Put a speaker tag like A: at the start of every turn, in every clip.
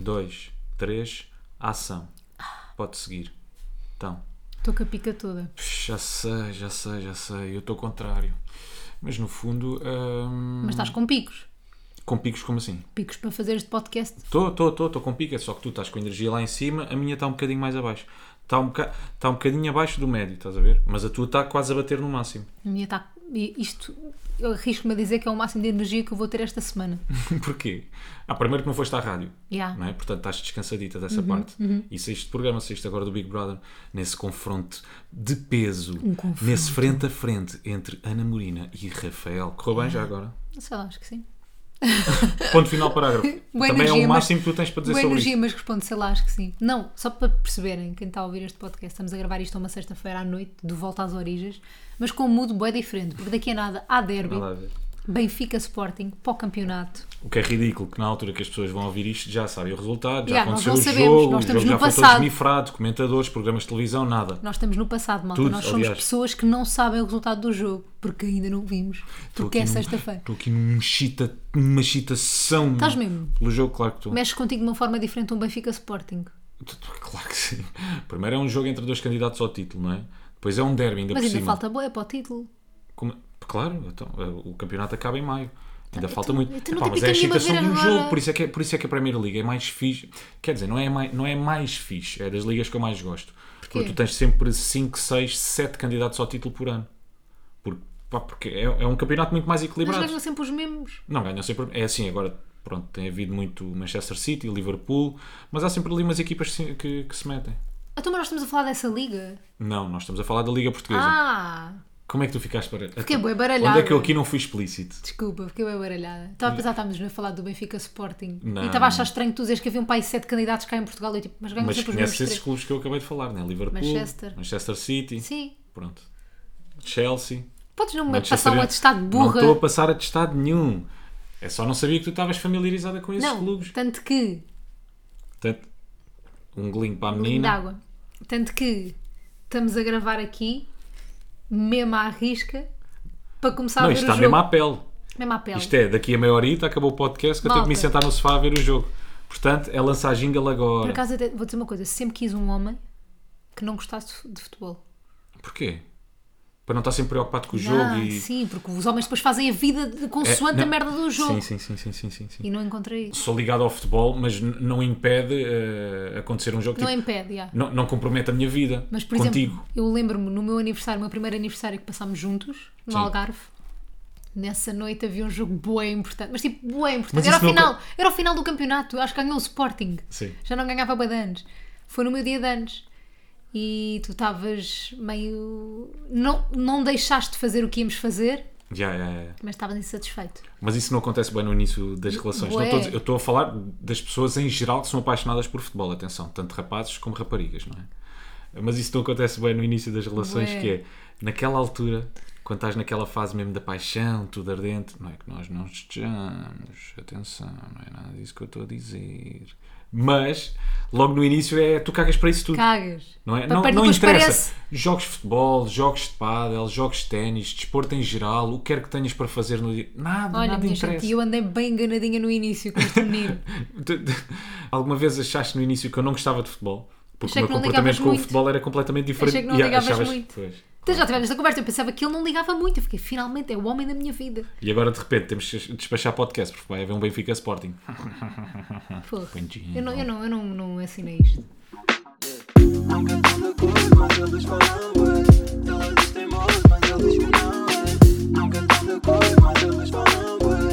A: 2, 3, Um, ação. Pode seguir. Então.
B: Estou com a pica toda.
A: Já sei, já sei, já sei. Eu estou contrário. Mas no fundo. hum,
B: Mas estás com picos.
A: Com picos como assim?
B: Picos para fazer este podcast.
A: Estou, estou, estou, estou com pica, só que tu estás com energia lá em cima, a minha está um bocadinho mais abaixo. Está um, boca... está um bocadinho abaixo do médio, estás a ver? Mas a tua está quase a bater no máximo.
B: A minha está. e Isto. Eu arrisco-me a dizer que é o máximo de energia que eu vou ter esta semana.
A: Porquê? Ah, primeiro que não foste à rádio.
B: Yeah.
A: Não é? Portanto, estás descansadita dessa
B: Uhum,
A: parte. E saíste do programa, saíste agora do Big Brother, nesse confronto de peso,
B: Um confronto.
A: nesse frente a frente entre Ana Morina e Rafael. Correu bem já
B: Ah.
A: agora?
B: Sei lá, acho que sim.
A: Ponto final, parágrafo. Também
B: Boa
A: é
B: energia,
A: o
B: mas-
A: máximo que tu tens para dizer
B: Boa
A: sobre
B: energia,
A: isto.
B: mas respondo, sei lá, acho que sim. Não, só para perceberem, quem está a ouvir este podcast, estamos a gravar isto a uma sexta-feira à noite, do Volta às Origens, mas com um mudo bem diferente, porque daqui a nada há derby,
A: Nada a ver.
B: Benfica Sporting, para o campeonato.
A: O que é ridículo, que na altura que as pessoas vão ouvir isto já sabem o resultado, já
B: Yeah, nós
A: aconteceu o
B: não sabemos,
A: jogo,
B: nós
A: o jogo
B: estamos
A: já
B: no
A: foi todo
B: passado.
A: desmifrado, comentadores, programas de televisão, nada.
B: Nós estamos no passado, malta.
A: Tudo,
B: Nós somos
A: aliás.
B: pessoas que não sabem o resultado do jogo, porque ainda não vimos,
A: Estou aqui
B: porque é
A: num-
B: sexta-feira.
A: Estou aqui numa excita- numa excitação.
B: Estás mesmo?
A: Pelo jogo, claro que estou.
B: Mexe contigo de uma forma diferente um Benfica Sporting.
A: Claro que sim. Primeiro é um jogo entre dois candidatos ao título, não é? Depois é um derby ainda
B: Mas
A: por
B: ainda
A: cima.
B: falta boa para o título.
A: Como- Claro, então, eh, o campeonato acaba em maio. Ainda
B: Então,
A: falta
B: então,
A: muito.
B: então não
A: Epá,
B: tem
A: mas é a
B: pica nenhuma
A: excitação de
B: ver
A: um
B: agora.
A: jogo, por isso, é que, por isso é que a Premier League é mais fixe. Quer dizer, não é mais, não é mais fixe, é das ligas que eu mais gosto. Porque tu tens sempre 5, 6, 7 candidatos ao título por ano. Por- pá, Porque, é, é um campeonato muito mais
B: Mas
A: equilibrado.
B: ganham sempre os mesmos.
A: Não ganham sempre. É assim, agora pronto, tem havido muito Manchester City, Liverpool, mas há sempre ali umas equipas que, que- que se metem.
B: Então, mas nós estamos a falar dessa liga.
A: Não, nós estamos a falar da Liga Portuguesa.
B: Ah!
A: Como é que tu ficaste para.
B: Fiquei
A: Onde
B: bué
A: é que eu
B: baralhada.
A: aqui não fui explícito?
B: Desculpa, fiquei bem baralhada. Estava a pensar, tá, estávamos a é falar do Benfica Sporting.
A: Não.
B: E estava a achar estranho que tu dizes que havia um pai de sete candidatos cá em Portugal. Eu tipo, mas ganham
A: Mas
B: sempre os mesmos
A: conheces esses
B: três.
A: clubes que eu acabei de falar, né? Liverpool,
B: Manchester.
A: Manchester City,
B: Sim.
A: pronto. Chelsea.
B: Podes não me
A: Manchester
B: passar um
A: United.
B: atestado de
A: Não
B: burra.
A: estou a passar atestado nenhum. É só não sabia que tu estavas familiarizada com esses
B: Não,
A: clubes.
B: tanto que...
A: Portanto, um golinho para a
B: Menino. De
A: menina.
B: água. Tanto que estamos a gravar aqui, mesmo à risca, para começar
A: Não,
B: a ver
A: isto
B: o
A: está
B: jogo.
A: mesmo à pele.
B: Mesmo à pele.
A: Isto é, daqui a meia horita acabou o podcast que eu tenho que me
B: Malta.
A: sentar no sofá a ver o jogo. Portanto, é lançar a jingle
B: Por
A: agora.
B: acaso, até, vou dizer uma coisa. Sempre quis um homem que não gostasse de futebol.
A: Porquê? Para não estar sempre preocupado com o
B: Ah,
A: jogo e.
B: Sim, porque os homens depois fazem a vida de- consoante
A: É, não.
B: a merda do jogo.
A: Sim, sim, sim, sim, sim, sim, sim.
B: E não encontrei isso.
A: Sou ligado ao futebol, mas n- não impede eh, acontecer um jogo
B: Não é
A: tipo,
B: impede, já.
A: não, não compromete a minha vida
B: Mas, por
A: contigo.
B: exemplo, eu lembro-me no meu aniversário, o meu primeiro aniversário que passámos juntos, no
A: Sim.
B: Algarve, nessa noite havia um jogo bué importante, mas tipo, bué
A: Mas
B: importante. Era o,
A: isso não-
B: final, era o final do campeonato, eu acho que ganhou o Sporting.
A: Sim.
B: Já não ganhava bué de anos. Foi no meu dia de anos. E tu estavas meio. Não, não deixaste de fazer o que íamos fazer,
A: Já, já, já.
B: mas estavas insatisfeito.
A: Mas isso não acontece bem no início das relações. Não
B: Bué.
A: estou a dizer- eu estou a falar das pessoas em geral que são apaixonadas por futebol, atenção, tanto rapazes como raparigas, não é? Mas isso não acontece bem no início das relações,
B: Bué.
A: que é naquela altura, quando estás naquela fase mesmo da paixão, tudo ardente, não é que nós não estejamos, atenção, não é nada disso que eu estou a dizer. Mas logo no início é tu cagas para isso tudo.
B: Cagas.
A: Não, é?
B: Para
A: não,
B: perto
A: não
B: depois
A: interessa. Jogos de futebol, jogos de pádel, jogos de ténis, desporto em geral, o que quer que tenhas para fazer no dia. Nada,
B: Olha, um.
A: nada
B: minha gente,
A: interessa.
B: e eu andei bem enganadinha no início com este menino.
A: Tu- tu- Alguma vez achaste no início que eu não gostava de futebol? Porque
B: Achei
A: o meu
B: que não
A: comportamento
B: ligavas
A: com o
B: muito.
A: futebol era completamente diferente.
B: Achei que não
A: E a-
B: ligavas
A: achavas-
B: muito.
A: Pois.
B: Então já tivemos esta conversa, eu pensava que ele não ligava muito. Eu fiquei, finalmente é o homem da minha vida.
A: E agora de repente temos que despachar podcast porque vai haver um Benfica Sporting. Ah,
B: Porra.
A: Pontinho.
B: Ah, Eu não, eu não, eu não, não assinei isto.
C: Nunca tão de acordo, mas eles falam, ué. Eles têm modos, mas eles que não, ué. Nunca tão de acordo, mas eles falam, ué.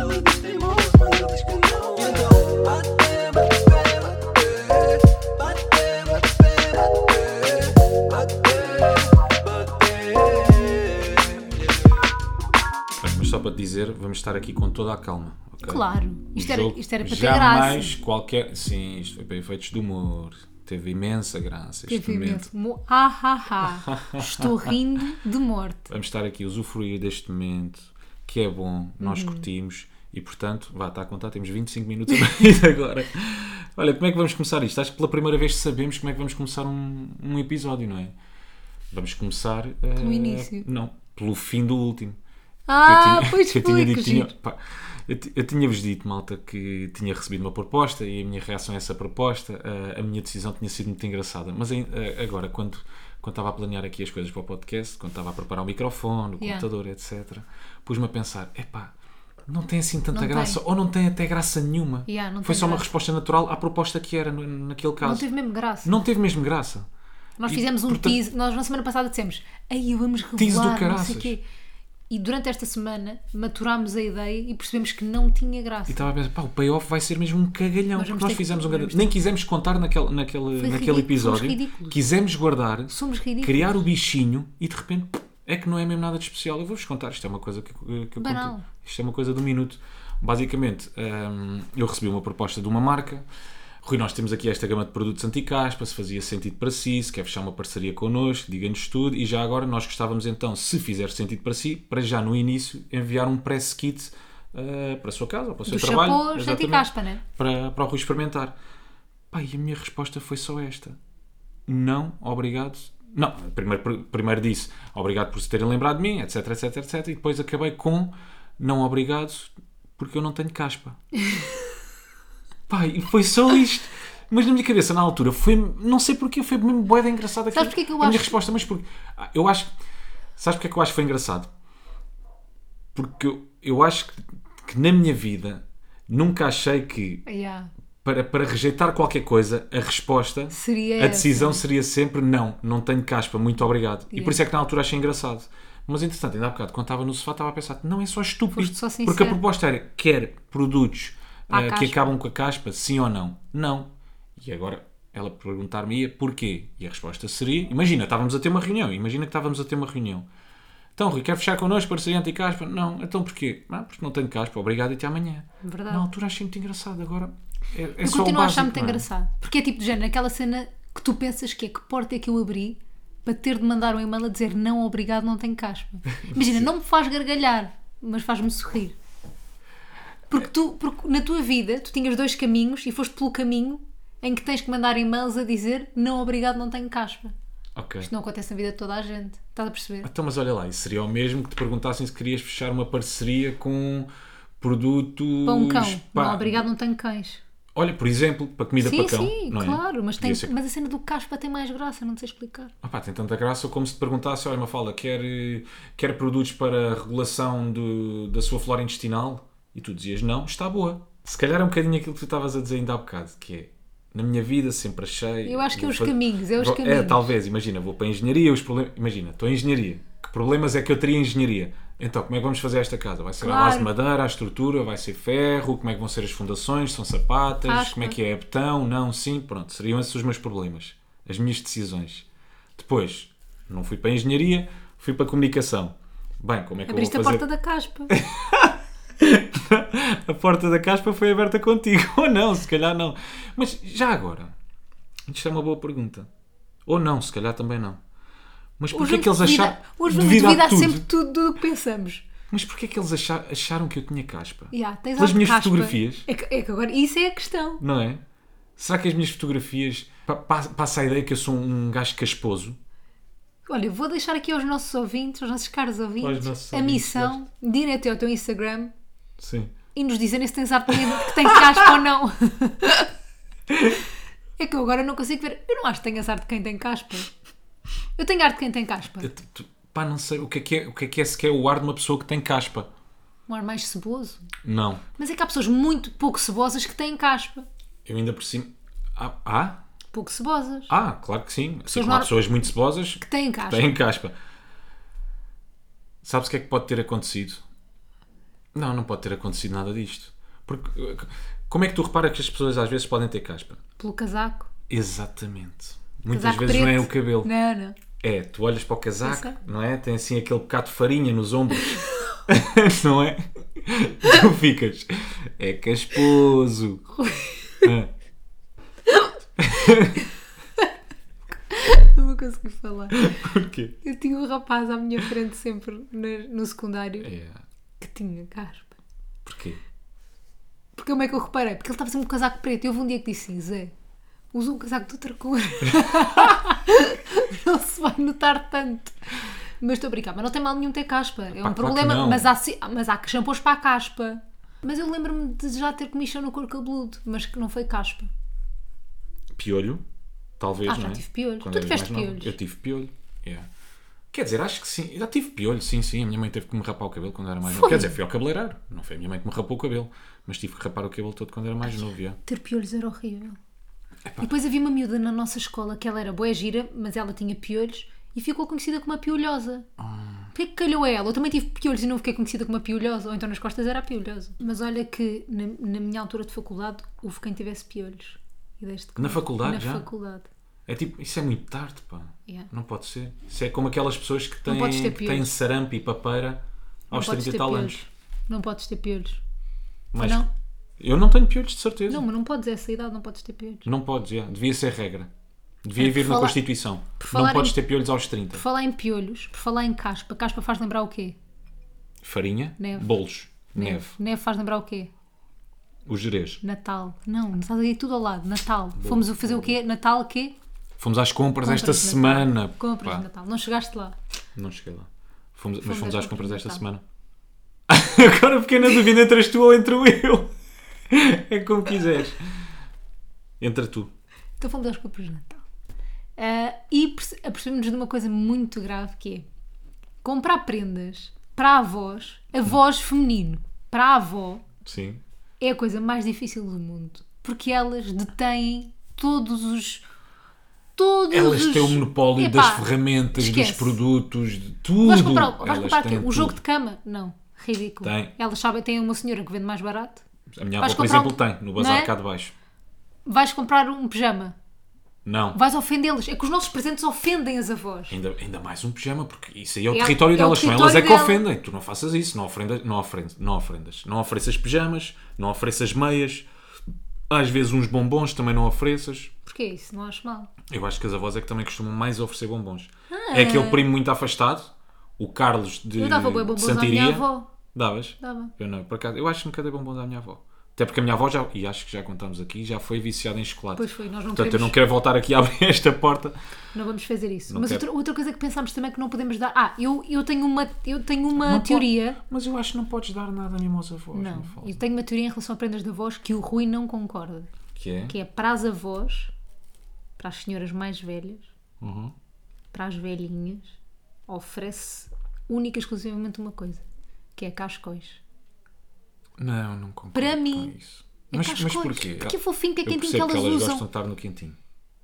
C: Eles têm modos, mas eles que não, ué. Então, bate, bate, bate, bate. Bate, bate, bate, bate, bate. Yeah.
A: Bem, Mas só para te dizer, vamos estar aqui com toda a calma. ok?
B: Claro.
A: O
B: Isto era,
A: jogo
B: isto era para ter
A: jamais
B: graça.
A: qualquer. Sim, isto foi para efeitos de humor. Teve imensa graça este
B: Teve
A: momento.
B: imenso. Mo- Ah, ah, ah. Estou rindo de morte.
A: Vamos estar aqui a usufruir deste momento, que é bom, nós curtimos e, portanto, vá, está a contar, temos 25 minutos a partir de agora. Olha, como é que vamos começar isto? Acho que pela primeira vez sabemos como é que vamos começar um, um episódio, não é? Vamos começar. Pelo
B: início.
A: Não, pelo fim do último.
B: Ah, pois
A: que eu
B: foi,
A: tinha
B: que
A: dito, tinha-
B: giro.
A: pá, eu, ti- eu tinha-vos dito, malta, que tinha recebido uma proposta e a minha reação a essa proposta, ah, a minha decisão tinha sido muito engraçada. Mas em- ah, agora, quando, quando estava a planear aqui as coisas para o podcast, quando estava a preparar o microfone, o
B: Yeah.
A: computador, etc., pus-me a pensar: epá, não tem assim tanta
B: Não
A: graça,
B: tem.
A: ou não tem até graça nenhuma.
B: Yeah, não
A: Foi
B: tem
A: só uma
B: graça.
A: resposta natural à proposta que era no- naquele
B: Não
A: caso.
B: teve mesmo graça.
A: Não teve mesmo graça.
B: Nós
A: E,
B: fizemos um
A: portanto-
B: tease, nós na semana passada dissemos, aí vamos
A: Tease do
B: revelar, não sei
A: caraças."
B: o quê. E durante esta semana maturámos a ideia e percebemos que não tinha graça.
A: E tá- estava a pensar, pá, o payoff vai ser mesmo um cagalhão.
B: Nós vamos
A: Porque
B: ter
A: nós
B: que-
A: fizemos um
B: vamos
A: grande.
B: ter-
A: Nem quisemos contar naquele, naquele,
B: Foi
A: naquele
B: ridículo,
A: episódio.
B: somos ridículos.
A: Quisemos guardar,
B: Somos ridículos.
A: criar o bichinho e de repente é que não é mesmo nada de especial. Eu vou-vos contar, isto é uma coisa que, que eu
B: Banal.
A: conto. Isto é uma coisa do minuto. Basicamente, hum, eu recebi uma proposta de uma marca. Rui, nós temos aqui esta gama de produtos anti-caspa, se fazia sentido para si, se quer fechar uma parceria connosco, diga-nos tudo. E já agora nós gostávamos então, se fizer sentido para si, para já no início enviar um press kit ah, para a sua casa ou para o seu
B: Dos
A: trabalho.
B: chapôs da
A: Exatamente.
B: Anticaspa, né?
A: para, para o Rui experimentar. Pá, e a minha resposta foi só esta. Não, obrigado. Não, primeiro, pr- primeiro disse obrigado por se terem lembrado de mim, etc, etc, etc. E depois acabei com não obrigado porque eu não tenho caspa. Pá, e foi só isto. Mas na minha cabeça, na altura, foi, não sei porquê, foi mesmo boeda engraçada.
B: Sabes porquê que eu
A: a minha
B: acho-
A: resposta, mas porque... Ah, Eu acho... Sabes porque é que eu acho que foi engraçado? Porque eu, eu acho que, que na minha vida nunca achei que
B: Yeah.
A: para, para rejeitar qualquer coisa, a resposta,
B: Seria
A: a
B: É essa,
A: decisão seria sempre não, não tenho caspa, muito obrigado. E
B: Yeah.
A: por isso é que na altura achei engraçado. Mas entretanto, ainda há bocado, quando estava no sofá, estava a pensar, não é só estúpido.
B: Foste só sincero.
A: porque a proposta era quer produtos
B: À
A: ah, que
B: caspa.
A: acabam com a caspa, sim ou não? Não. E agora ela perguntar-me ia porquê? E a resposta seria: imagina, estávamos a ter uma reunião, imagina que estávamos a ter uma reunião. Então, Rui, quer fechar connosco para sair anti-caspa? Não, então porquê? Ah, porque não tenho caspa, obrigado e até amanhã.
B: Verdade.
A: Na altura achei muito engraçado, agora é, é
B: Eu
A: só o
B: continuo a achar
A: básico,
B: muito
A: não é?
B: engraçado. Porque é tipo de género, aquela cena que tu pensas que é que porta é que eu abri para ter de mandar um e-mail a dizer não, obrigado, não tenho caspa. Imagina, não me faz gargalhar, mas faz-me sorrir. Porque tu, porque na tua vida, tu tinhas dois caminhos e foste pelo caminho em que tens que mandar e-mails a dizer não, obrigado, não tenho caspa.
A: Ok.
B: Isto não acontece na vida de toda a gente. Estás a perceber?
A: Então, mas olha lá, isso seria o mesmo que te perguntassem se querias fechar uma parceria com um produtos.
B: Para um cão,
A: pá,
B: não, obrigado, não tenho cães.
A: Olha, por exemplo, para comida
B: Sim,
A: para cão.
B: sim,
A: não é?
B: claro, mas,
A: Podia
B: tem,
A: ser-
B: mas a cena do caspa tem mais graça, não sei explicar.
A: Ah pá, tem tanta graça como se te perguntasse: olha, Mafalda, quer, eh, quer produtos para regulação do- da sua flora intestinal? E tu dizias: não, está boa. Se calhar é um bocadinho aquilo que tu estavas a dizer ainda há bocado, que é. Na minha vida sempre achei.
B: Eu acho que
A: vou
B: é os caminhos, é os
A: vou- É,
B: caminhos.
A: talvez, imagina, vou para a engenharia, os problemas. Imagina, estou em engenharia. Que problemas é que eu teria em engenharia? Então, como é que vamos fazer esta casa? Vai ser à base de
B: Claro.
A: madeira, a estrutura, vai ser ferro, como é que vão ser as fundações, são sapatas,
B: Caspa.
A: como é que é, é betão, não, sim, pronto, seriam esses os meus problemas, as minhas decisões. Depois, não fui para a engenharia, fui para a comunicação. Bem, como é que
B: Abriste
A: eu
B: a
A: vou fazer?
B: porta da caspa.
A: a porta da caspa foi aberta contigo. Ou não, se calhar não. Mas já agora, isto é uma boa pergunta. Ou não, se calhar também não. Mas
B: Os
A: porquê é que eles
B: vamos
A: acharam.
B: duvidar- Os vamos
A: Duvidar
B: duvidar
A: tudo.
B: sempre tudo do que pensamos.
A: Mas porquê é que eles acha- acharam que eu tinha caspa?
B: Yeah, tens
A: Pelas
B: algo de
A: minhas
B: caspa.
A: fotografias.
B: É que, é que agora, isso é a questão.
A: Não é? Será que as minhas fotografias pa- pa- passa a ideia que eu sou um gajo casposo?
B: Olha, vou deixar aqui aos nossos ouvintes, aos nossos caros ouvintes,
A: Aos nossos
B: a
A: ouvintes,
B: missão de ir até ao teu Instagram
A: Sim.
B: e nos dizerem se tens arte minha que tens caspa ou não. é que eu agora não consigo ver. Eu não acho que tenhas arte de quem tem caspa. Eu tenho arte de quem tem caspa.
A: Eu, t- t- pá, não sei o que é que é, o que é que é sequer o ar de uma pessoa que tem caspa.
B: Um ar mais ceboso.
A: Não.
B: Mas é que há pessoas muito pouco cebosas que têm caspa.
A: Eu ainda por cima. Ah? Ah,
B: Pouco cebosas.
A: ah claro que sim. Assim
B: Pessoas
A: como há
B: nor-
A: pessoas muito cebosas
B: Que têm caspa.
A: Tem caspa. Sabes o que é que pode ter acontecido? Não, não pode ter acontecido nada disto. Porque eh, como é que tu reparas que as pessoas às vezes podem ter caspa?
B: Pelo casaco.
A: Exatamente. Muitas
B: Casaco
A: vezes não é
B: preto.
A: o cabelo.
B: Não, não.
A: É, tu olhas para o
B: Eu
A: casaco,
B: sei.
A: não é? Tem assim aquele bocado de farinha nos ombros. não é? Tu ficas. É casposo. Ah,
B: Eu não consegui falar.
A: porquê?
B: Eu tinha um rapaz à minha frente sempre na- no secundário
A: É,
B: que tinha caspa.
A: porquê?
B: Porque como é que eu reparei? Porque ele estava sempre com um casaco preto. E houve um dia que disse: Zé, usa um casaco de outra cor. não se vai notar tanto. Mas estou a brincar, mas não tem mal nenhum ter caspa. É
A: Pá,
B: um
A: claro que
B: problema,
A: não.
B: mas há, si- mas há shampoos para a caspa. Mas eu lembro-me de já ter comichão no couro cabeludo, mas que não foi caspa.
A: Piolho, talvez,
B: Ah,
A: não
B: já
A: é?
B: tive piolhos.
A: Quando
B: Tu
A: eras
B: tiveste
A: mais nova.
B: piolhos?
A: Eu tive piolho, yeah. Quer dizer, acho que sim. Eu Já tive piolho, sim, sim. A minha mãe teve que me rapar o cabelo quando era mais novo.
B: Foi?
A: Quer dizer, fui ao cabeleireiro. Não foi a minha mãe que me rapou o cabelo. Mas tive que rapar o cabelo todo quando era mais novo, yeah.
B: Ter piolhos era horrível. E depois havia uma miúda na nossa escola que ela era boa gira, mas ela tinha piolhos e ficou conhecida como a piolhosa.
A: Ah.
B: Porquê que calhou a ela? Eu também tive piolhos e não fiquei conhecida como a piolhosa, ou então nas costas era a piolhosa. Mas olha que na, na minha altura de faculdade houve quem tivesse piolhos. E deste
A: Na faculdade,
B: Na
A: já?
B: faculdade.
A: É tipo, isso é muito tarde, pá.
B: Yeah.
A: Não pode ser. Isso é como aquelas pessoas que têm,
B: podes ter
A: que têm
B: piolho.
A: sarampo e papeira aos
B: não podes
A: 30 e
B: ter
A: tal
B: piolhos.
A: anos.
B: Não podes ter piolhos.
A: Mas
B: Não.
A: eu não tenho piolhos, de certeza.
B: Não,
A: Não,
B: mas não podes a essa idade, não podes ter piolhos.
A: podes, yeah. devia ser regra. Devia
B: É, por
A: vir na
B: falar-
A: Constituição.
B: falar
A: Não
B: em-
A: podes ter piolhos aos 30.
B: Por falar em piolhos, por falar em caspa, caspa faz lembrar o quê?
A: Farinha,
B: Neve.
A: bolos, neve.
B: Neve faz lembrar o quê?
A: o gerês.
B: Natal. Não, não estás aí tudo ao lado. Natal. Fomos fazer o quê? Natal quê?
A: Fomos às compras,
B: Compras
A: esta
B: de Natal.
A: semana.
B: Compras
A: Pá,
B: de Natal. Não chegaste lá.
A: Não cheguei lá. Fomos- mas
B: Fomos
A: fomos
B: às
A: às compras
B: compras de
A: esta
B: Natal.
A: semana. Agora fiquei na dúvida entre as tu ou entre o eu. É como quiseres. Entra tu.
B: Então fomos às compras de Natal. Ah, e perce- apercebemos-nos de uma coisa muito grave que é comprar prendas para avós, avós feminino, para a avó,
A: Sim.
B: é a coisa mais difícil do mundo. Porque elas detêm todos os. Todos
A: Elas
B: os...
A: têm o monopólio
B: Epá,
A: das ferramentas,
B: esquece.
A: dos produtos, de tudo.
B: Vais comprar, vais
A: Elas
B: comprar o quê?
A: têm
B: O jogo de
A: tudo.
B: cama? Não. Ridículo.
A: Tem.
B: Elas sabem, têm uma senhora que vende mais barato.
A: A minha
B: vais
A: avó, por
B: comprar
A: exemplo,
B: um-
A: tem, no
B: não
A: bazar
B: é?
A: cá de baixo.
B: Vais comprar um pijama.
A: Não.
B: Vais ofendê-los. É que os nossos presentes ofendem as avós.
A: Ainda, ainda mais um pijama, porque isso aí é o
B: É-
A: território
B: é o
A: delas, são elas é que
B: território dela.
A: ofendem. Tu não faças isso, não ofrendas, não ofrendas, não ofrendas. Não ofereças pijamas, não ofereças meias, às vezes uns bombons também não ofereças.
B: Porquê isso? Não acho mal.
A: Eu acho que as avós é que também costumam mais oferecer bombons. É aquele primo muito afastado, o Carlos de,
B: Ah. Eu dava bué
A: de
B: bombons à
A: Santiria.
B: minha avó.
A: Davas?
B: Dava.
A: Eu não, por acaso, eu acho que nunca dei bombons à minha avó. Até porque a minha avó já, e acho que já contámos aqui, já foi viciada em chocolate.
B: Pois foi, nós não
A: Portanto, eu
B: queremos-
A: não quero voltar aqui a abrir esta porta.
B: Não vamos fazer isso.
A: Não
B: Mas
A: quero.
B: outra, outra coisa que pensámos também é que não podemos dar. Ah, eu, eu tenho uma, eu tenho uma
A: Não po-
B: teoria.
A: Mas eu acho que não podes dar nada mesmo aos avós.
B: Não,
A: falo.
B: eu tenho uma teoria em relação a prendas de avós que o Rui não concorda.
A: Que é?
B: Que é para as avós, para as senhoras mais velhas,
A: Uhum.
B: para as velhinhas, oferece única e exclusivamente uma coisa, que é cascóis.
A: Não, não concordo
B: Para
A: com
B: mim,
A: isso.
B: é
A: mas,
B: cascóis.
A: mas porquê?
B: Porque é fofinho, que é
A: Eu
B: quentinho que
A: percebo
B: elas usam.
A: gostam de estar no quentinho.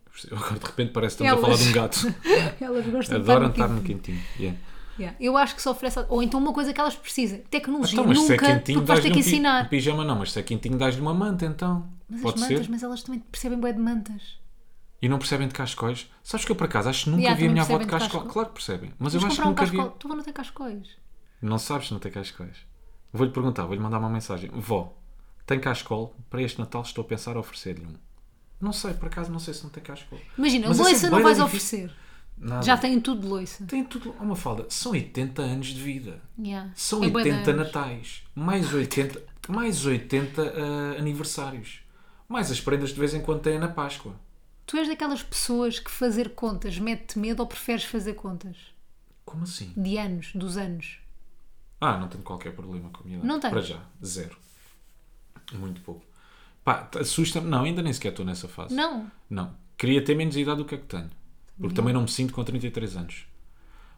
A: Eu percebo- Agora de repente parece que estamos a
B: Elas.
A: falar de um gato.
B: Elas gostam
A: Adoram
B: de estar
A: estar
B: no
A: no
B: quinto.
A: quentinho. Yeah.
B: Yeah. Eu acho que se oferece. Ou então uma coisa que elas precisam. Tecnologia.
A: Então, mas se é
B: Nunca.
A: quentinho,
B: porque vais ter
A: dás-lhe
B: que
A: um, pi-
B: ensinar.
A: um pijama, não, mas se é quentinho, dás-lhe uma manta então.
B: Mas
A: Pode
B: as mantas,
A: ser.
B: mas elas também percebem bué de mantas.
A: E não percebem de cascóis. Sabes que eu por acaso acho que nunca
B: Yeah,
A: vi a
B: também
A: minha avó de
B: percebem de
A: cascóis.
B: cascóis.
A: Claro que percebem. Mas
B: Mas
A: eu acho que
B: comprar um
A: nunca vi.
B: cascol. Tu não tem cascóis.
A: Não sabes se não tem cascóis. Vou-lhe perguntar, vou-lhe mandar uma mensagem. Vó, tem cascol? Para este Natal estou a pensar a oferecer-lhe um. Não sei, por acaso não sei se não tem cascol.
B: Imagina,
A: Mas isso é
B: loiça não
A: bué
B: vais
A: difícil.
B: oferecer.
A: Nada.
B: Já têm tudo de loiça.
A: Tem tudo. Uma falda. São 80 anos de vida.
B: Yeah.
A: São
B: É bué de
A: 80
B: anos.
A: natais. Mais 80, mais 80 ah, aniversários. Mais as prendas de vez em quando têm na Páscoa.
B: Tu és daquelas pessoas que fazer contas mete-te medo ou preferes fazer contas?
A: Como assim?
B: De anos, dos anos.
A: Ah, não tenho qualquer problema com a minha idade.
B: Não tens?
A: Para já. Zero. Muito pouco. Pá, t- assusta-me. Não, ainda nem sequer estou nessa fase.
B: Não.
A: Não. Queria ter menos idade do que é que tenho. Porque também não me sinto com 33 anos.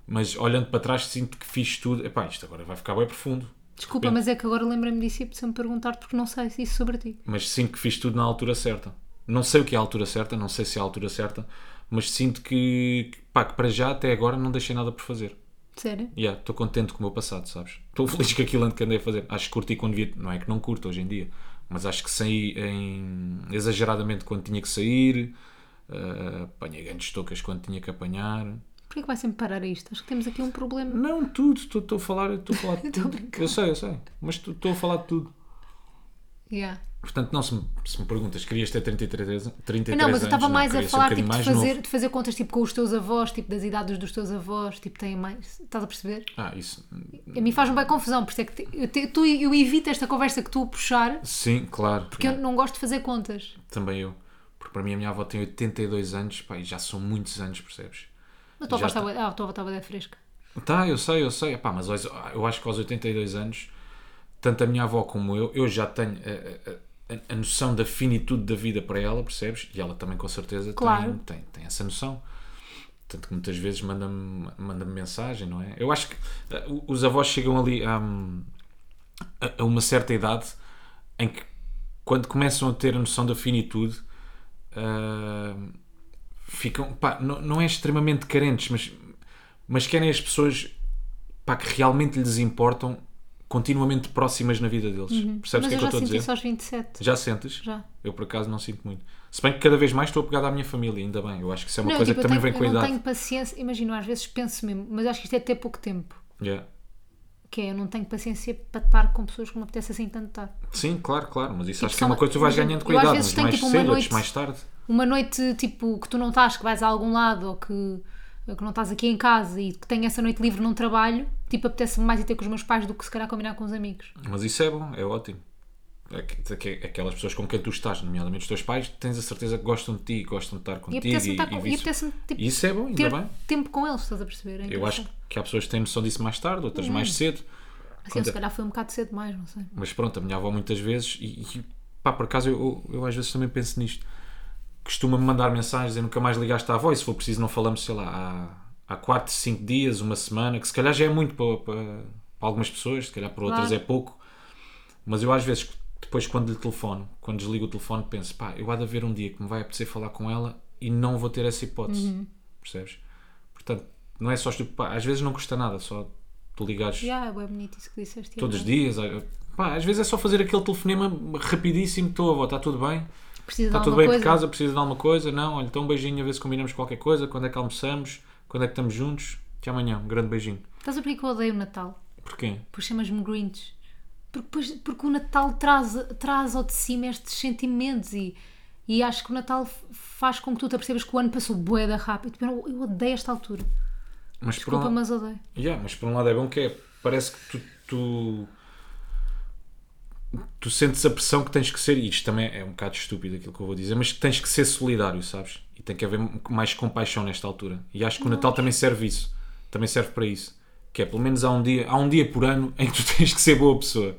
A: Mas olhando para trás, sinto que fiz tudo. Epá, isto agora vai ficar bem profundo.
B: Desculpa, mas é que agora lembrei-me disso e preciso me perguntar porque não sei isso sobre ti.
A: mas sinto que fiz tudo na altura certa. Não sei o que é a altura certa, não sei se é a altura certa, mas sinto que, que, pá, que para já, até agora, não deixei nada por fazer.
B: Sério?
A: Yeah, Estou contente com o meu passado, sabes? Estou feliz com aquilo que andei a fazer. Acho que curti quando devia. Não é que não curto hoje em dia, mas acho que saí em- exageradamente quando tinha que sair, ah, apanhei grandes tocas quando tinha que apanhar.
B: Porquê que vai sempre parar a isto? Acho que temos aqui um problema.
A: Não, tudo, estou estou a falar, estou a falar de
B: Estou a
A: tudo.
B: brincar.
A: Eu sei, eu sei, mas estou- estou a falar de tudo.
B: Yeah.
A: Portanto, não, se me, se me perguntas, querias ter 33, 33
B: Não, mas eu
A: anos?
B: estava mais a
A: queria ser um
B: falar
A: bocadinho
B: tipo, de,
A: mais novo.
B: fazer, de fazer contas tipo com os teus avós, tipo das idades dos teus avós, tipo têm mais. Estás a perceber?
A: Ah, isso.
B: A mim faz-me bem confusão, por isso é que te- eu, te- tu- eu evito esta conversa que tu a puxar
A: Sim, claro.
B: porque eu não gosto de fazer contas.
A: Também eu. Porque para mim a minha avó tem 82 anos, pá, e já são muitos anos, percebes?
B: Mas a tua
A: Já
B: avó estava ah, a tua avó estava bué da fresca.
A: Tá, eu sei, eu sei. Epá, mas aos- eu acho que aos 82 anos, tanto a minha avó como eu, eu já tenho a- a, a- a noção da finitude da vida para ela, percebes? E ela também, com certeza,
B: Claro.
A: tem, tem, tem essa noção. Tanto que muitas vezes manda-me manda mensagem, não é? Eu acho que eh, os avós chegam ali hum, a, a uma certa idade em que, quando começam a ter a noção da finitude, hum, ficam, pá, não, não é extremamente carentes, mas, mas querem as pessoas pá, que realmente lhes importam continuamente próximas na vida deles. Percebes o
B: Uhum. Mas
A: que é
B: eu
A: que eu estou
B: já
A: a
B: senti
A: dizer?
B: isso aos 27.
A: Já sentes?
B: Já.
A: Eu por acaso não sinto muito. Se bem que cada vez mais estou apegado à minha família, ainda bem. Eu acho que isso é uma
B: Não,
A: coisa
B: tipo,
A: que
B: eu
A: também vem
B: tenho-
A: com a
B: eu não
A: idade.
B: tenho paciência, imagino, às vezes penso mesmo, mas acho que isto é até pouco tempo.
A: Yeah.
B: Que é, eu não tenho paciência para estar com pessoas que me apetece assim tanto estar.
A: Sim, claro, claro. Mas isso
B: Tipo,
A: acho que é
B: só-
A: uma coisa que tu vais
B: imagina,
A: ganhando com a
B: eu às
A: idade,
B: vezes
A: uns
B: tenho,
A: mais
B: tipo, uma
A: cedo, outros
B: noite-
A: mais tarde.
B: Uma noite, tipo, que tu não estás, que vais a algum lado ou que, que não estás aqui em casa e que tenho essa noite livre num trabalho, tipo, apetece-me mais ir ter com os meus pais do que se calhar combinar com os amigos.
A: Mas isso é bom, é ótimo. É Aqu- aqu- Aquelas pessoas com quem tu estás, nomeadamente os teus pais, tens a certeza que gostam de ti, gostam de estar
B: E
A: contigo.
B: apetece-me estar
A: e
B: com- e
A: vice-
B: apetece-me, tipo,
A: E isso é bom, ainda
B: ter
A: bem.
B: tempo com eles, estás a perceber? É
A: Eu acho
B: engraçado.
A: que há pessoas que têm noção disso mais tarde, outras
B: Uhum.
A: mais cedo.
B: Assim, eu
A: é-
B: se calhar foi um bocado cedo mais, não sei.
A: Mas pronto, a minha avó muitas vezes, e, e pá, por acaso eu, eu, eu às vezes também penso nisto, costuma-me mandar mensagens, eu nunca mais ligaste à avó, e se for preciso não falamos, sei lá, há, há 4, 5 dias, uma semana, que se calhar já é muito para, para, para algumas pessoas, se calhar para outras
B: Claro.
A: é pouco, mas eu às vezes, depois quando lhe telefono, quando desligo o telefone, penso, pá, eu há de haver um dia que me vai apetecer falar com ela e não vou ter essa hipótese, percebes? Portanto, não é só estúpido, pá, às vezes não custa nada, só tu ligares
B: Já, é bonito isso que disseste.
A: todos os
B: é.
A: dias. ah, Pá, às vezes é só fazer aquele telefonema rapidíssimo, estou avó, está tudo bem?
B: Precisa de
A: Está Tá tudo
B: alguma
A: bem
B: coisa.
A: por casa, precisa de alguma coisa? Não, olha, então um beijinho a ver se combinamos qualquer coisa, quando é que almoçamos, quando é que estamos juntos, até amanhã, um grande beijinho.
B: Estás a ver porque eu odeio o Natal?
A: Porquê?
B: Porque chamas-me Grinch. Porque, depois- porque o Natal traz, traz ao de cima estes sentimentos e, e acho que o Natal f- faz com que tu te apercebas que o ano passou boeda rápido. Eu, eu odeio esta altura.
A: Mas por,
B: Desculpa,
A: um,
B: mas odeio.
A: yeah, mas por um lado é bom que é, parece que tu, tu, tu sentes a pressão que tens que ser, e isto também é um bocado estúpido aquilo que eu vou dizer, mas que tens que ser solidário, sabes? E tem que haver mais compaixão nesta altura. E acho
B: Uhum.
A: que o Natal também serve isso, também serve para isso. Que é pelo menos há um dia, há um dia por ano em que tu tens que ser boa pessoa.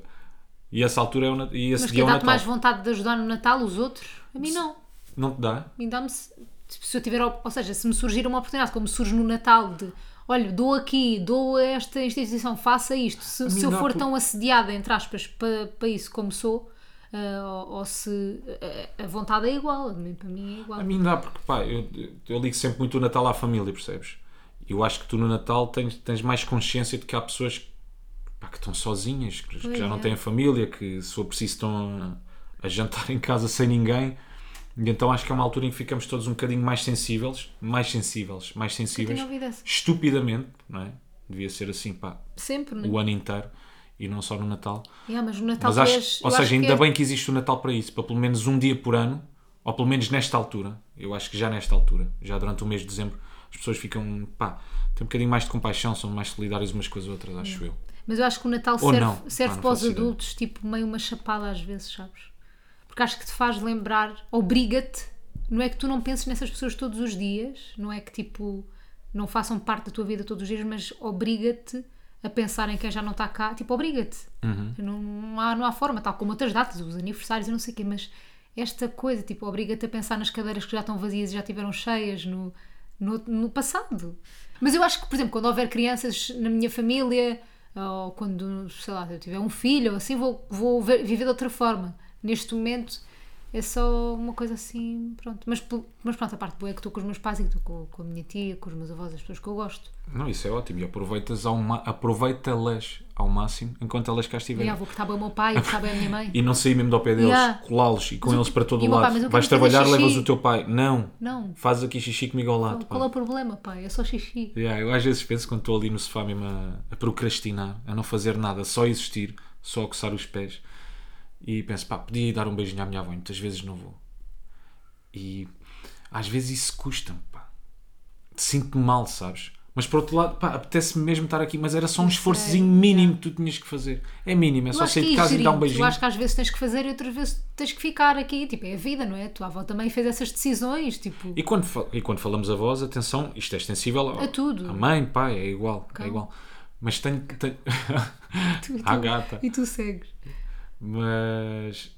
A: E essa altura é o, Nat- e esse
B: Mas
A: dia
B: quem
A: é o Natal.
B: dá-te mais vontade de ajudar no Natal os outros? A mim não. A
A: Não te dá?
B: mim dá-me. se- Se eu tiver, op- ou seja, se me surgir uma oportunidade, como surge no Natal, de olha, dou aqui, dou a esta instituição, faça isto. Se, se
A: mim
B: eu
A: dá
B: for
A: por-
B: tão assediada, entre aspas, para isso como sou, ah, ou, ou se ah, a vontade é igual, a mim- para mim é igual.
A: A mim dá, porque pá, eu, eu ligo sempre muito o Natal à família, percebes? Eu acho que tu no Natal tens, tens mais consciência de que há pessoas que, pá, que estão sozinhas, que, que
B: Pois
A: já não
B: é.
A: têm família, que se for preciso estão a, a jantar em casa sem ninguém. E então acho que é uma altura em que ficamos todos um bocadinho mais sensíveis, mais sensíveis, mais sensíveis,
B: ouvido essa.
A: estupidamente, não é? Devia ser assim, pá,
B: Sempre, não é?
A: o ano inteiro e não só no Natal.
B: Yeah, mas o Natal
A: Mas acho-
B: tu és-
A: ou
B: eu acho
A: seja,
B: que
A: ainda
B: é-
A: bem que existe o Natal para isso, para pelo menos um dia por ano, ou pelo menos nesta altura. Eu acho que já nesta altura, já durante o mês de dezembro, as pessoas ficam, pá, têm um bocadinho mais de compaixão, são mais solidárias umas com as outras, acho eu.
B: Mas eu acho que o Natal
A: Ou
B: serve,
A: não. Pá,
B: serve
A: não
B: para os
A: faço ideia.
B: adultos, tipo, meio uma chapada às vezes, sabes? Porque acho que te faz lembrar, obriga-te, não é que tu não penses nessas pessoas todos os dias, não é que tipo, não façam parte da tua vida todos os dias, mas obriga-te a pensar em quem já não está cá, tipo, obriga-te.
A: Uhum.
B: Não, não há, não há forma, tal como outras datas, os aniversários e não sei o quê, mas esta coisa, tipo, obriga-te a pensar nas cadeiras que já estão vazias e já tiveram cheias, no, no, no passado. Mas eu acho que, por exemplo, quando houver crianças na minha família, ou quando, sei lá, eu tiver um filho, ou assim, vou, vou ver- viver de outra forma. Neste momento é só uma coisa assim, pronto. Mas, pel- mas pronto, a parte boa é que estou com os meus pais e que estou com, com a minha tia, com os meus avós, as pessoas que eu gosto.
A: Não, isso é ótimo, e aproveitas ao ma- aproveita-las ao máximo enquanto elas cá
B: E
A: estiverem.
B: ah, vou cortar bem o meu pai, vou cortar bem a minha mãe.
A: É. E não sair mesmo do pé deles,
B: Yeah.
A: colá-los e com
B: Mas o- é
A: eles para todo
B: e,
A: o
B: pá,
A: lado.
B: mas eu
A: Vais
B: quero fazer
A: trabalhar,
B: xixi.
A: levas o teu pai. Não,
B: Não.
A: fazes aqui xixi comigo ao lado.
B: Qual
A: pá.
B: é o problema, pai? É só xixi.
A: Yeah, eu às vezes penso quando estou ali no sofá mesmo a, a procrastinar, a não fazer nada, só existir, só a coçar os pés. E penso, pá, podia ir dar um beijinho à minha avó, e muitas vezes não vou. E às vezes isso custa-me, pá. Sinto-me mal, sabes? Mas por outro lado, pá, apetece-me mesmo estar aqui, mas era só um
B: sei,
A: esforçozinho mínimo que tu tinhas que fazer. É mínimo, é
B: é, Eu
A: só
B: acho
A: sair
B: que
A: de
B: é
A: casa e dar um
B: ingerindo.
A: beijinho.
B: Eu acho que às vezes tens que fazer e outras vezes tens que ficar aqui. Tipo, é a vida, não é? A tua avó também fez essas decisões. Tipo,
A: E quando, fal- e quando falamos a voz, atenção, isto é extensível ao-
B: A tudo.
A: A mãe, pai, é igual, é
B: Calma.
A: igual. Mas tenho que. Tenho...
B: tu,
A: à
B: tu-
A: Ah, gata.
B: E tu segues.
A: Mas.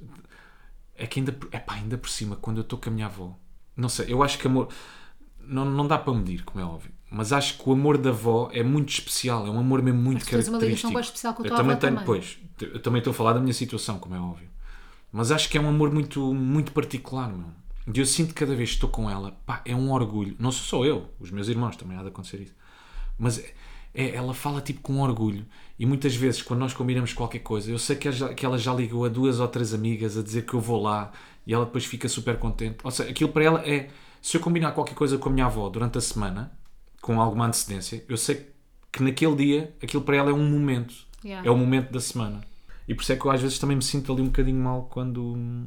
A: É que ainda, por- epá, ainda por cima, quando eu estou com a minha avó. Não sei, eu acho que amor. Não, não dá para medir, como é óbvio. Mas acho que o amor da avó é muito especial, é um amor mesmo muito
B: Mas tu tens uma
A: característico.
B: ligação bem especial com a
A: eu
B: tua
A: também
B: avó
A: tenho,
B: também.
A: pois, te- eu também estou a falar da minha situação, como é óbvio. Mas acho que é um amor muito, muito particular, meu. E eu sinto que cada vez que estou com ela, pá, é um orgulho. Não sou só eu, os meus irmãos também há de acontecer isso. Mas é- é- ela fala tipo com orgulho. E muitas vezes, quando nós combinamos qualquer coisa, eu sei que, ela já- que ela já ligou a duas ou três amigas a dizer que eu vou lá e ela depois fica super contente. Ou seja, aquilo para ela é. Se eu combinar qualquer coisa com a minha avó durante a semana, com alguma antecedência, eu sei que naquele dia aquilo para ela é um momento.
B: Yeah.
A: É o momento da semana. E por isso é que eu às vezes também me sinto ali um bocadinho mal quando.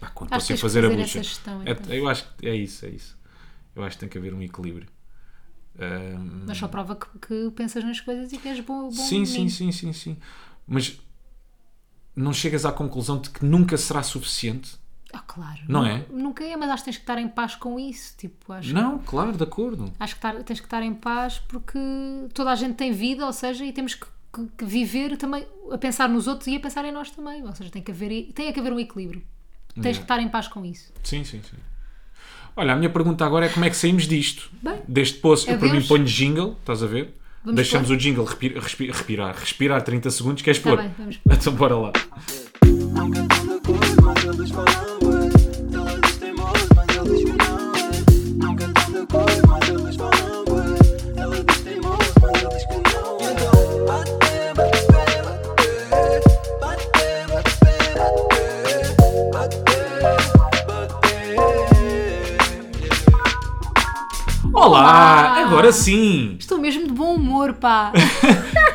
A: Pá, quando
B: Acho que
A: consigo
B: tens que
A: fazer, a
B: fazer
A: bucha.
B: essa gestão,
A: É-
B: então.
A: eu acho que é isso, é isso. Eu acho que tem que haver um equilíbrio. Ahm,
B: Mas só prova que, que pensas nas coisas e que és bom, bom
A: sim, sim,
B: menino.
A: sim, sim, sim. Mas não chegas à conclusão de que nunca será suficiente.
B: Ah, claro.
A: Não
B: Nunca- Nunca é, mas acho que tens que estar em paz com isso. Tipo, acho,
A: Não, claro, de acordo.
B: acho que tar- tens que estar em paz porque toda a gente tem vida, ou seja, e temos que, que- que viver também a pensar nos outros e a pensar em nós também. Ou seja, tem que haver, tem que haver um equilíbrio. Tens
A: Yeah.
B: que estar em paz com isso.
A: Sim, sim, sim. Olha, a minha pergunta agora é como é que saímos disto?
B: Bem,
A: Deste poço, eu para
B: adeus.
A: mim ponho jingle, estás a ver?
B: Vamos
A: Deixamos
B: pôr.
A: o jingle respirar, respirar, respirar 30 segundos, queres
B: Tá
A: pôr?
B: bem, vamos pôr.
A: Então bora lá.
C: Não cantando cores, mas eles falam bué. Ela diz teimoso, mas ele diz que não é. Não cantando cores, mas eles falam bué. Ela diz teimoso, mas ele diz que não é. Então, bate, bate, bate, bate. Bate, bate, bate, bate. Yeah.
A: Olá!
B: Olá!
A: Agora sim!
B: Estou mesmo de bom humor, pá.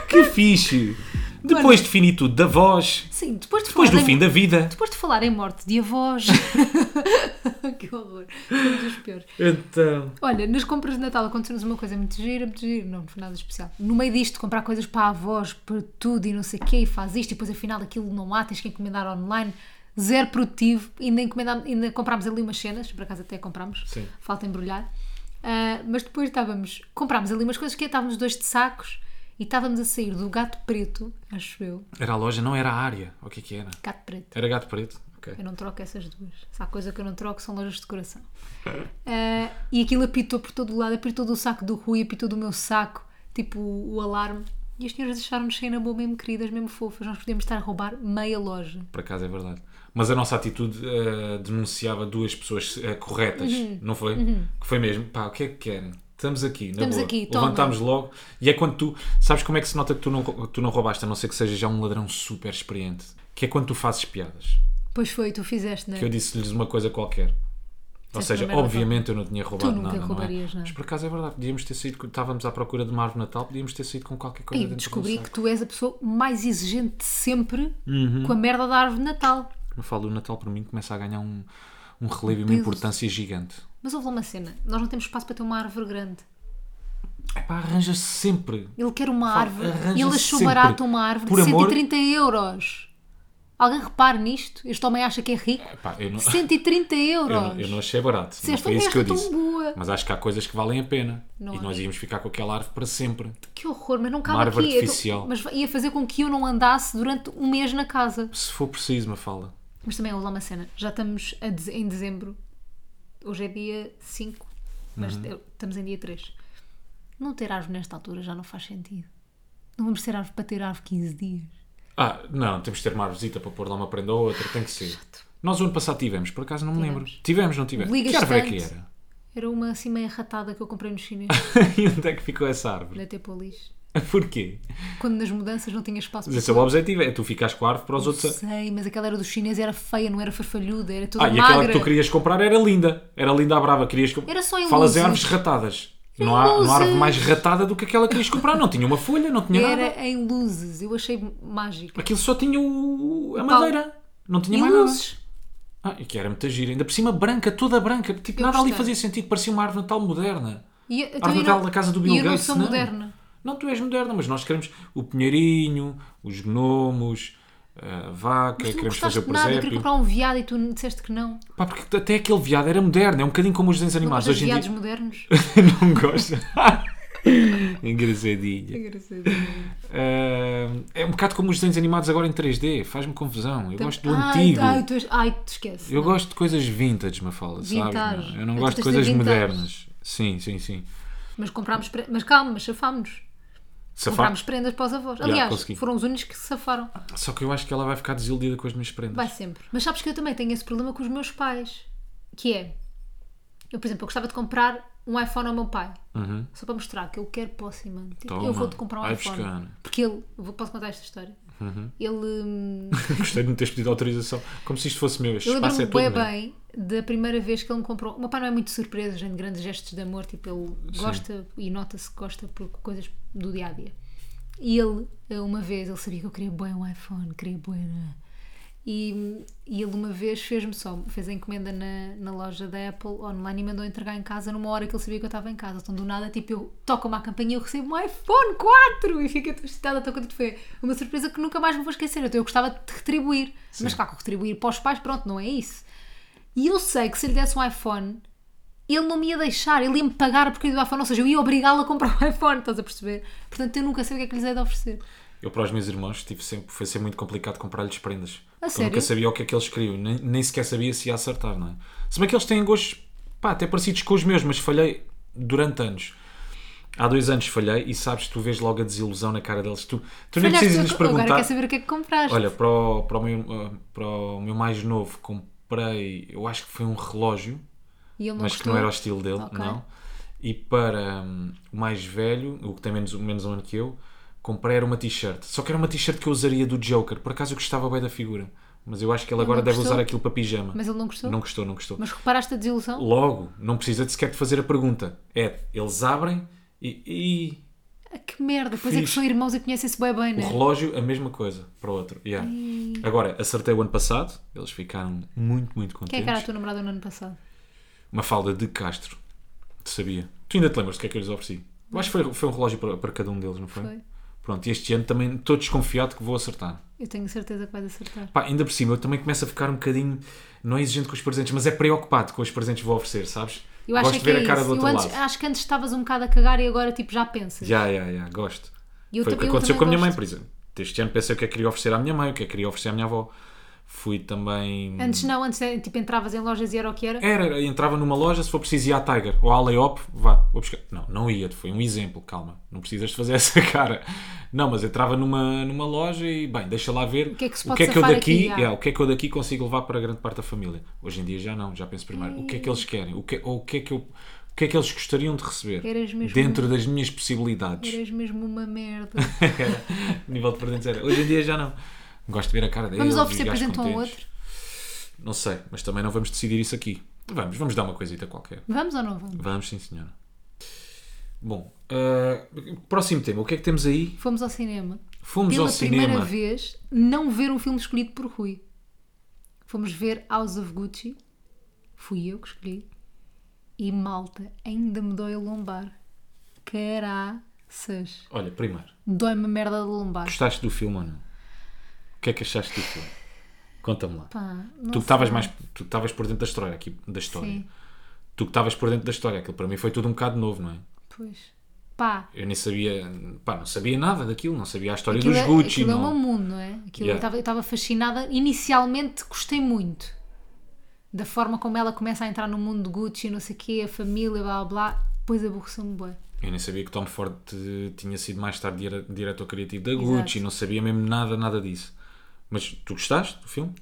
A: Que fixe! Depois de finitude da voz,
B: Sim, depois de
A: depois
B: falar
A: do
B: em-
A: fim da vida.
B: Depois de falar em morte de avós. que horror. Somos os piores.
A: Então.
B: Olha, nas compras de Natal aconteceu-nos uma coisa muito gira, muito gira, não, não foi nada especial. No meio disto, comprar coisas para avós, para tudo e não sei o quê, e faz isto, e depois afinal aquilo não há, tens que encomendar online. Zero produtivo, ainda, encomendá- ainda comprámos ali umas cenas, por acaso até comprámos,
A: Sim.
B: falta embrulhar. Ah, mas depois estávamos, comprámos ali umas coisas que estávamos dois de sacos e estávamos a sair do gato preto, acho eu,
A: Era a loja, não era a área. O que é que era?
B: gato preto.
A: Era gato preto? Ok.
B: Eu não troco essas duas. Se há coisa que eu não troco são lojas de coração. e aquilo apitou por todo o lado, apitou do saco do Rui, apitou do meu saco, tipo o, o alarme. E as senhoras deixaram-nos sair na boa, mesmo queridas, mesmo fofas. Nós podíamos estar a roubar meia loja.
A: Por acaso é verdade. Mas a nossa atitude eh, denunciava duas pessoas eh, corretas,
B: Uhum.
A: não foi? Que foi mesmo, pá, o que é que querem? Estamos aqui, na
B: Estamos
A: boa.
B: aqui, toma.
A: Levantámos logo. E é quando tu. Sabes como é que se nota que tu não, rou- tu não roubaste, a não ser que seja já um ladrão super experiente? Que é quando tu fazes piadas.
B: Pois foi, tu fizeste, não é?
A: que eu disse-lhes uma coisa qualquer. Ou
B: Disseste
A: seja,
B: uma merda
A: obviamente eu não tinha roubado
B: Tu nunca
A: nada, não é?
B: roubarias nada.
A: Mas por acaso é verdade, podíamos ter saído, estávamos à procura de uma árvore de natal, podíamos ter saído com qualquer coisa
B: E
A: dentro
B: descobri
A: do
B: que
A: saco. Uhum.
B: tu és a pessoa mais exigente de sempre com a merda da árvore de Natal.
A: Me falo, o Natal para mim começa a ganhar um, um relevo e uma
B: Peso.
A: importância gigante.
B: Mas houve lá uma cena, nós não temos espaço para ter uma árvore grande.
A: Epá, arranja-se sempre.
B: Ele quer uma
A: Fala,
B: árvore e
A: arranja-se
B: ele achou
A: sempre.
B: barato uma árvore
A: Por
B: de
A: amor-
B: 130 euros. Alguém repare nisto? Este homem acha que é rico?
A: Epá, eu, não,
B: 130 euros!
A: eu, não, eu não achei barato, não
B: Disseste,
A: foi isso que eu
B: "Esta é
A: disse.
B: tão boa."
A: Mas acho que há coisas que valem a pena.
B: Não
A: e nós
B: acho.
A: íamos ficar com aquela árvore para sempre. Tipo,
B: Que horror, mas não cabe
A: árvore
B: aqui. Eu tô-
A: artificial.
B: Mas ia fazer com que eu não andasse durante um mês na casa.
A: Se for preciso, me fala.
B: Mas também houve lá uma cena. Já estamos a deze- em dezembro. Hoje é dia 5, mas
A: Uhum.
B: eu- estamos em dia 3. Não ter árvore nesta altura já não faz sentido. Não vamos ter árvore para ter árvore 15 dias.
A: Ah, não, temos de ter uma arvesita para pôr lá uma prenda ou outra, tem que ser. Nós o ano passado tivemos, por acaso não me lembro. Tivemos, não tivemos?
B: Ligas
A: que árvore é que
B: tanto.
A: era?
B: Era uma assim meia ratada que eu comprei no chinês,
A: e onde é que ficou essa árvore?
B: na Tepolis.
A: Porquê?
B: Quando nas mudanças não tinha espaço
A: Mas
B: para
A: esse é o objetivo, é tu ficares com a árvore para os outros. a-
B: Sei, mas aquela era do chinês e era feia, não era farfalhuda, era toda
A: Ah, e aquela
B: magra.
A: que tu querias comprar era linda. Era linda à brava, querias comprar.
B: Era só em
A: Falas em
B: luzes.
A: árvores ratadas. Não há, não há árvore
B: luzes.
A: mais ratada do que aquela que querias comprar. Não tinha uma folha, não tinha nada.
B: Era em luzes, eu achei mágica.
A: Aquilo só tinha o... a madeira. Não tinha
B: E
A: mais
B: luzes.
A: nada. Ah, e que era muita gira. Ainda por cima branca, toda branca. Tipo,
B: Eu
A: nada ali
B: gostei.
A: fazia sentido. Parecia uma árvore de natal moderna.
B: E, então,
A: Árvore
B: eu
A: Natal
B: não-
A: Ah, da casa do
B: e
A: Bill
B: eu não
A: Gates,
B: sou
A: não. é?
B: moderna.
A: Não, tu és moderna, mas nós queremos o pinheirinho, os gnomos, a vaca,
B: Mas tu não
A: queremos fazer
B: gostaste
A: o
B: de nada, eu queria
A: presépio.
B: comprar um viado e tu disseste que não.
A: Pá, porque até aquele viado era moderno, é um bocadinho como os desenhos
B: Não
A: animados.
B: gostas
A: Hoje
B: de
A: em
B: viados
A: dia.
B: modernos?
A: não gosto. Engraçadinha. Ah, é um bocado como os desenhos animados agora em 3D, faz-me confusão. Eu gosto do
B: ai,
A: antigo.
B: Ai, tu, és- ai, tu esquece.
A: Eu gosto de coisas vintage, Mafalda, sabes?
B: Vintage.
A: meu? Eu não
B: Tu
A: gosto de
B: tens de
A: coisas
B: dizer vintage.
A: modernas. Sim, sim, sim.
B: Mas comprámos, pre- mas calma, mas safámos-nos.
A: Safar.
B: Comprámos prendas para os avós.
A: Já,
B: Aliás,
A: consegui.
B: foram os únicos que se safaram.
A: Só que eu acho que ela vai ficar desiludida com as minhas prendas.
B: Vai sempre. Mas sabes que eu também tenho esse problema com os meus pais. Que é, eu, por exemplo, eu gostava de comprar um iPhone ao meu pai. Só para mostrar que eu quero posse, mano. Tipo,
A: Uhum. Toma,
B: eu vou-te comprar um
A: vai
B: iPhone.
A: buscar. Uhum.
B: Porque ele, vou, posso contar esta história? Ele, hum,
A: Gostei de me teres pedido autorização, como se isto fosse meu. Este
B: eu
A: espaço
B: lembro-me
A: é todo
B: bem,
A: meu.
B: bem da primeira vez que ele me comprou. O meu pai não é muito surpresa, gente, grandes gestos de amor. Tipo, ele gosta e nota-se que gosta por coisas do dia a dia. E ele, uma vez, ele sabia que eu queria bem um iPhone, queria bem. né? E, e ele uma vez fez-me só, fez a encomenda na, na loja da Apple online e mandou entregar em casa numa hora que ele sabia que eu estava em casa. Então do nada, tipo, eu toco uma campainha e eu recebo um iPhone 4 e fico tão excitada, tão contente. Foi uma surpresa que nunca mais me vou esquecer. Então eu gostava de te retribuir, mas claro que retribuir para os pais, pronto, não é isso. E eu sei que se lhe desse um iPhone, ele não me ia deixar, ele ia me pagar a porcaria do iPhone, ou seja, eu ia obrigá-lo a comprar um iPhone, estás a perceber? Portanto, eu nunca sei o que é que lhes é de oferecer.
A: Eu, para os meus irmãos, tive sempre, foi sempre muito complicado comprar-lhes prendas.
B: A
A: Porque eu nunca
B: sério?
A: sabia o que é que eles queriam, nem, nem sequer sabia se ia acertar, não é? Se bem que eles têm gostos, pá, até parecidos com os meus, mas falhei durante anos. Há dois anos falhei e sabes, tu vês logo a desilusão na cara deles. Tu, tu nem
B: Falhaste
A: precisas
B: na
A: lhes
B: co- Agora
A: perguntar.
B: quer saber o que é que compraste.
A: Olha, para o, para, o meu, ah, para o meu mais novo, comprei, eu acho que foi um relógio,
B: E ele não
A: mas que
B: gostou.
A: não era o estilo dele,
B: Ok.
A: não. E para hum, o mais velho, o que tem menos, menos um ano que eu, comprei era uma t-shirt. Só que era uma t-shirt que eu usaria do Joker. Por acaso eu gostava bem da figura. Mas eu acho que ele agora
B: não
A: deve
B: gostou?
A: usar aquilo para pijama.
B: Mas ele não gostou?
A: Não gostou, não gostou.
B: Mas reparaste a desilusão?
A: Logo, não precisa de sequer de fazer a pergunta. É, eles abrem e... e
B: Ah, Que merda, pois é que
A: fixe.
B: são irmãos e conhecem-se bem bem,
A: o
B: não é?
A: relógio, a mesma coisa para o outro. Yeah. Agora, acertei o ano passado. Eles ficaram muito, muito contentes.
B: Quem é que era a tua namorada no ano passado?
A: Uma falda de Castro. Te sabia. Tu ainda te lembras do que é que eu lhes ofereci? Eu acho que foi, foi um relógio para, para cada um deles, não foi?
B: Foi.
A: Pronto, e este ano também estou desconfiado que vou acertar.
B: Eu tenho certeza que vais acertar.
A: Pá, ainda por cima, eu também começo a ficar um bocadinho, não é exigente com os presentes, mas é preocupado com os presentes que vou oferecer, sabes?
B: Eu acho
A: gosto de
B: que
A: ver
B: é
A: a cara
B: isso.
A: do outro
B: eu antes-
A: lado.
B: acho que antes estavas um bocado a cagar e agora tipo já pensas.
A: Já, já, já, gosto.
B: E eu
A: foi o que
B: também- eu
A: aconteceu
B: também
A: com a minha mãe,
B: gosto.
A: por exemplo. Este ano pensei o que é que queria oferecer à minha mãe, o que é que queria oferecer à minha avó. Fui também.
B: Antes não, antes é, tipo entravas em lojas e era o que era.
A: Era, entrava numa loja, se for preciso ia à Tiger ou à Layop, vá, vou buscar. Não, não ia, foi um exemplo, calma, não precisas de fazer essa cara. Não, mas entrava numa, numa loja e, bem, deixa lá ver o
B: que é que se pode
A: eu
B: safar
A: daqui,
B: aqui, já.
A: é, o que é que eu daqui consigo levar para a grande parte da família. Hoje em dia já não, já penso primeiro, o que é que eles querem? O que, ou o que é que eu, o que é que eles gostariam de receber?
B: Eras mesmo-
A: Dentro das minhas possibilidades.
B: Eras mesmo uma merda.
A: o nível de presentes era. Hoje em dia já não. Gosto de ver a cara deles.
B: Vamos
A: e
B: oferecer
A: gajos
B: presente um ao
A: contentes.
B: outro?
A: Não sei, mas também não vamos decidir isso aqui. Vamos, vamos dar uma coisita qualquer.
B: Vamos ou não vamos?
A: Vamos, sim, senhora. Bom, ah, próximo tema. O que é que temos aí?
B: Fomos ao cinema.
A: Fomos
B: Pela
A: ao
B: primeira
A: cinema.
B: vez, não ver um filme escolhido por Rui. Fomos ver House of Gucci. Fui eu que escolhi. E malta, ainda me dói a lombar. Caraças.
A: Olha, primeiro,
B: Dói-me a merda da lombar.
A: gostaste do filme ou não? O que é que achaste do filme? Conta-me lá.
B: Pá,
A: tu
B: não
A: que
B: sei.
A: estavas mais, tu que estavas por dentro da história aqui, da história.
B: Sim,
A: Tu que estavas por dentro da história, aquilo para mim foi tudo um bocado novo, não é?
B: pois. Pá,
A: Eu nem sabia, pá, não sabia nada daquilo, não sabia a história
B: aquilo,
A: dos
B: é-
A: Gucci,
B: aquilo é o
A: não.
B: meu mundo, não é? Aquilo
A: Yeah.
B: eu estava- eu estava fascinada. Inicialmente gostei muito da forma como ela começa a entrar no mundo de Gucci, não sei o quê, a família, blá blá blá. Depois aborreceu-me bem.
A: Eu nem sabia que Tom Ford eh, tinha sido mais tarde dire- diretor criativo da Gucci, não sabia mesmo nada, nada disso. Mas tu gostaste do filme?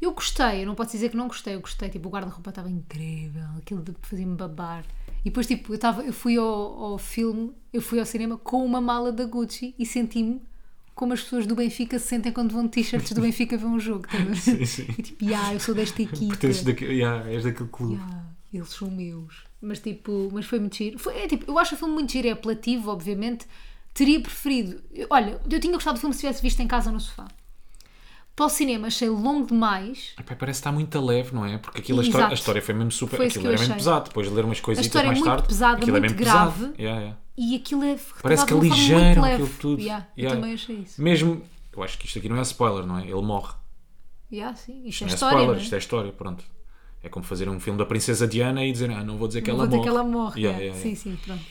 B: Eu gostei, eu não posso dizer que não gostei, eu gostei, tipo, o guarda-roupa estava incrível, aquilo de fazer-me babar. E depois, tipo, eu, tava, eu fui ao, ao filme, eu fui ao cinema com uma mala da Gucci e senti-me como as pessoas do Benfica se sentem quando vão de t-shirts do Benfica ver um jogo. estás a ver?
A: Sim, sim.
B: E tipo, ah, eu sou desta equipa.
A: Pertences daquele, yeah, és daquele clube.
B: "Ya, Ah, eles são meus. Mas tipo, mas foi muito giro. Foi, é, tipo, eu acho o filme muito giro, é apelativo, obviamente. Teria preferido. eu- Olha, eu tinha gostado do filme se tivesse visto em casa no sofá. Para o cinema achei longo demais.
A: Epá, parece que está muito a leve, não é? Porque aquilo, a,
B: Exato.
A: história, a história foi mesmo super.
B: Foi isso
A: aquilo
B: que eu
A: era mesmo
B: achei.
A: pesado. Depois de ler umas coisitas
B: história é
A: mais
B: muito
A: tarde.
B: pesada,
A: aquilo
B: muito
A: é mesmo pesado.
B: grave.
A: Yeah, yeah.
B: E aquilo é
A: Parece que
B: retratado de uma forma muito
A: aligeram
B: leve.
A: aquilo tudo.
B: Yeah, eu
A: Yeah.
B: também achei isso.
A: Mesmo. Eu acho que isto aqui não é spoiler, não é? Ele morre.
B: Yeah, sim. Isto é
A: Não é
B: história.
A: spoiler,
B: não é?
A: isto é história, pronto. É como fazer um filme da Princesa Diana e dizer, ah, não vou dizer que
B: Não
A: ela
B: vou dizer
A: morre.
B: que ela morre.
A: Yeah,
B: yeah.
A: yeah,
B: sim,
A: yeah.
B: sim,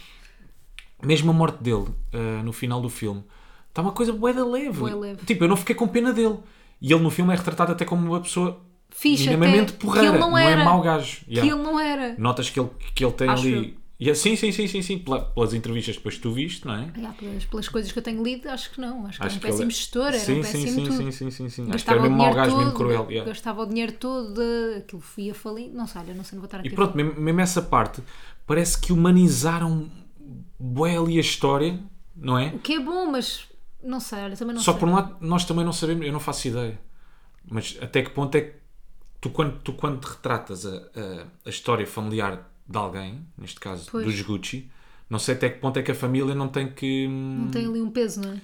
B: pronto.
A: Mesmo a morte dele, ah, no final do filme, está uma coisa bué da leve.
B: Bué leve.
A: Tipo, eu não fiquei com pena dele. E ele no filme é retratado até como uma pessoa
B: Fixe até,
A: minimamente
B: que
A: porreira.
B: ele não era.
A: é mau gajo.
B: Que
A: Yeah.
B: ele não era.
A: Notas que ele, que ele tem
B: Acho
A: ali... Yeah, sim, sim, sim, sim, sim. Pela- pelas entrevistas depois que tu viste, não é?
B: Yeah, pelas, pelas coisas que eu tenho lido, acho que não. Acho que era um
A: ele- é-
B: péssimo gestor, era
A: sim,
B: um
A: sim,
B: péssimo
A: sim,
B: tudo.
A: sim, sim, sim, sim. Acho que
B: Gastava
A: era mesmo
B: o
A: mau
B: dinheiro
A: gajo, mesmo
B: todo,
A: cruel. yeah.
B: Gastava o dinheiro todo, de... aquilo ia falir. Não sei, olha, não sei, não vou estar aqui.
A: E
B: a
A: pronto, mesmo, mesmo essa parte, parece que humanizaram bué ali a história, não é?
B: O que é bom, mas não sei, olha, também não
A: Só
B: sei.
A: que por um lado, nós também não sabemos, eu não faço ideia. Mas até que ponto é que tu, quando, tu, quando retratas a, a, a história familiar de alguém, neste caso
B: Pois.
A: dos Gucci, não sei até que ponto é que a família não tem que. hum,
B: Não tem ali um peso, não é?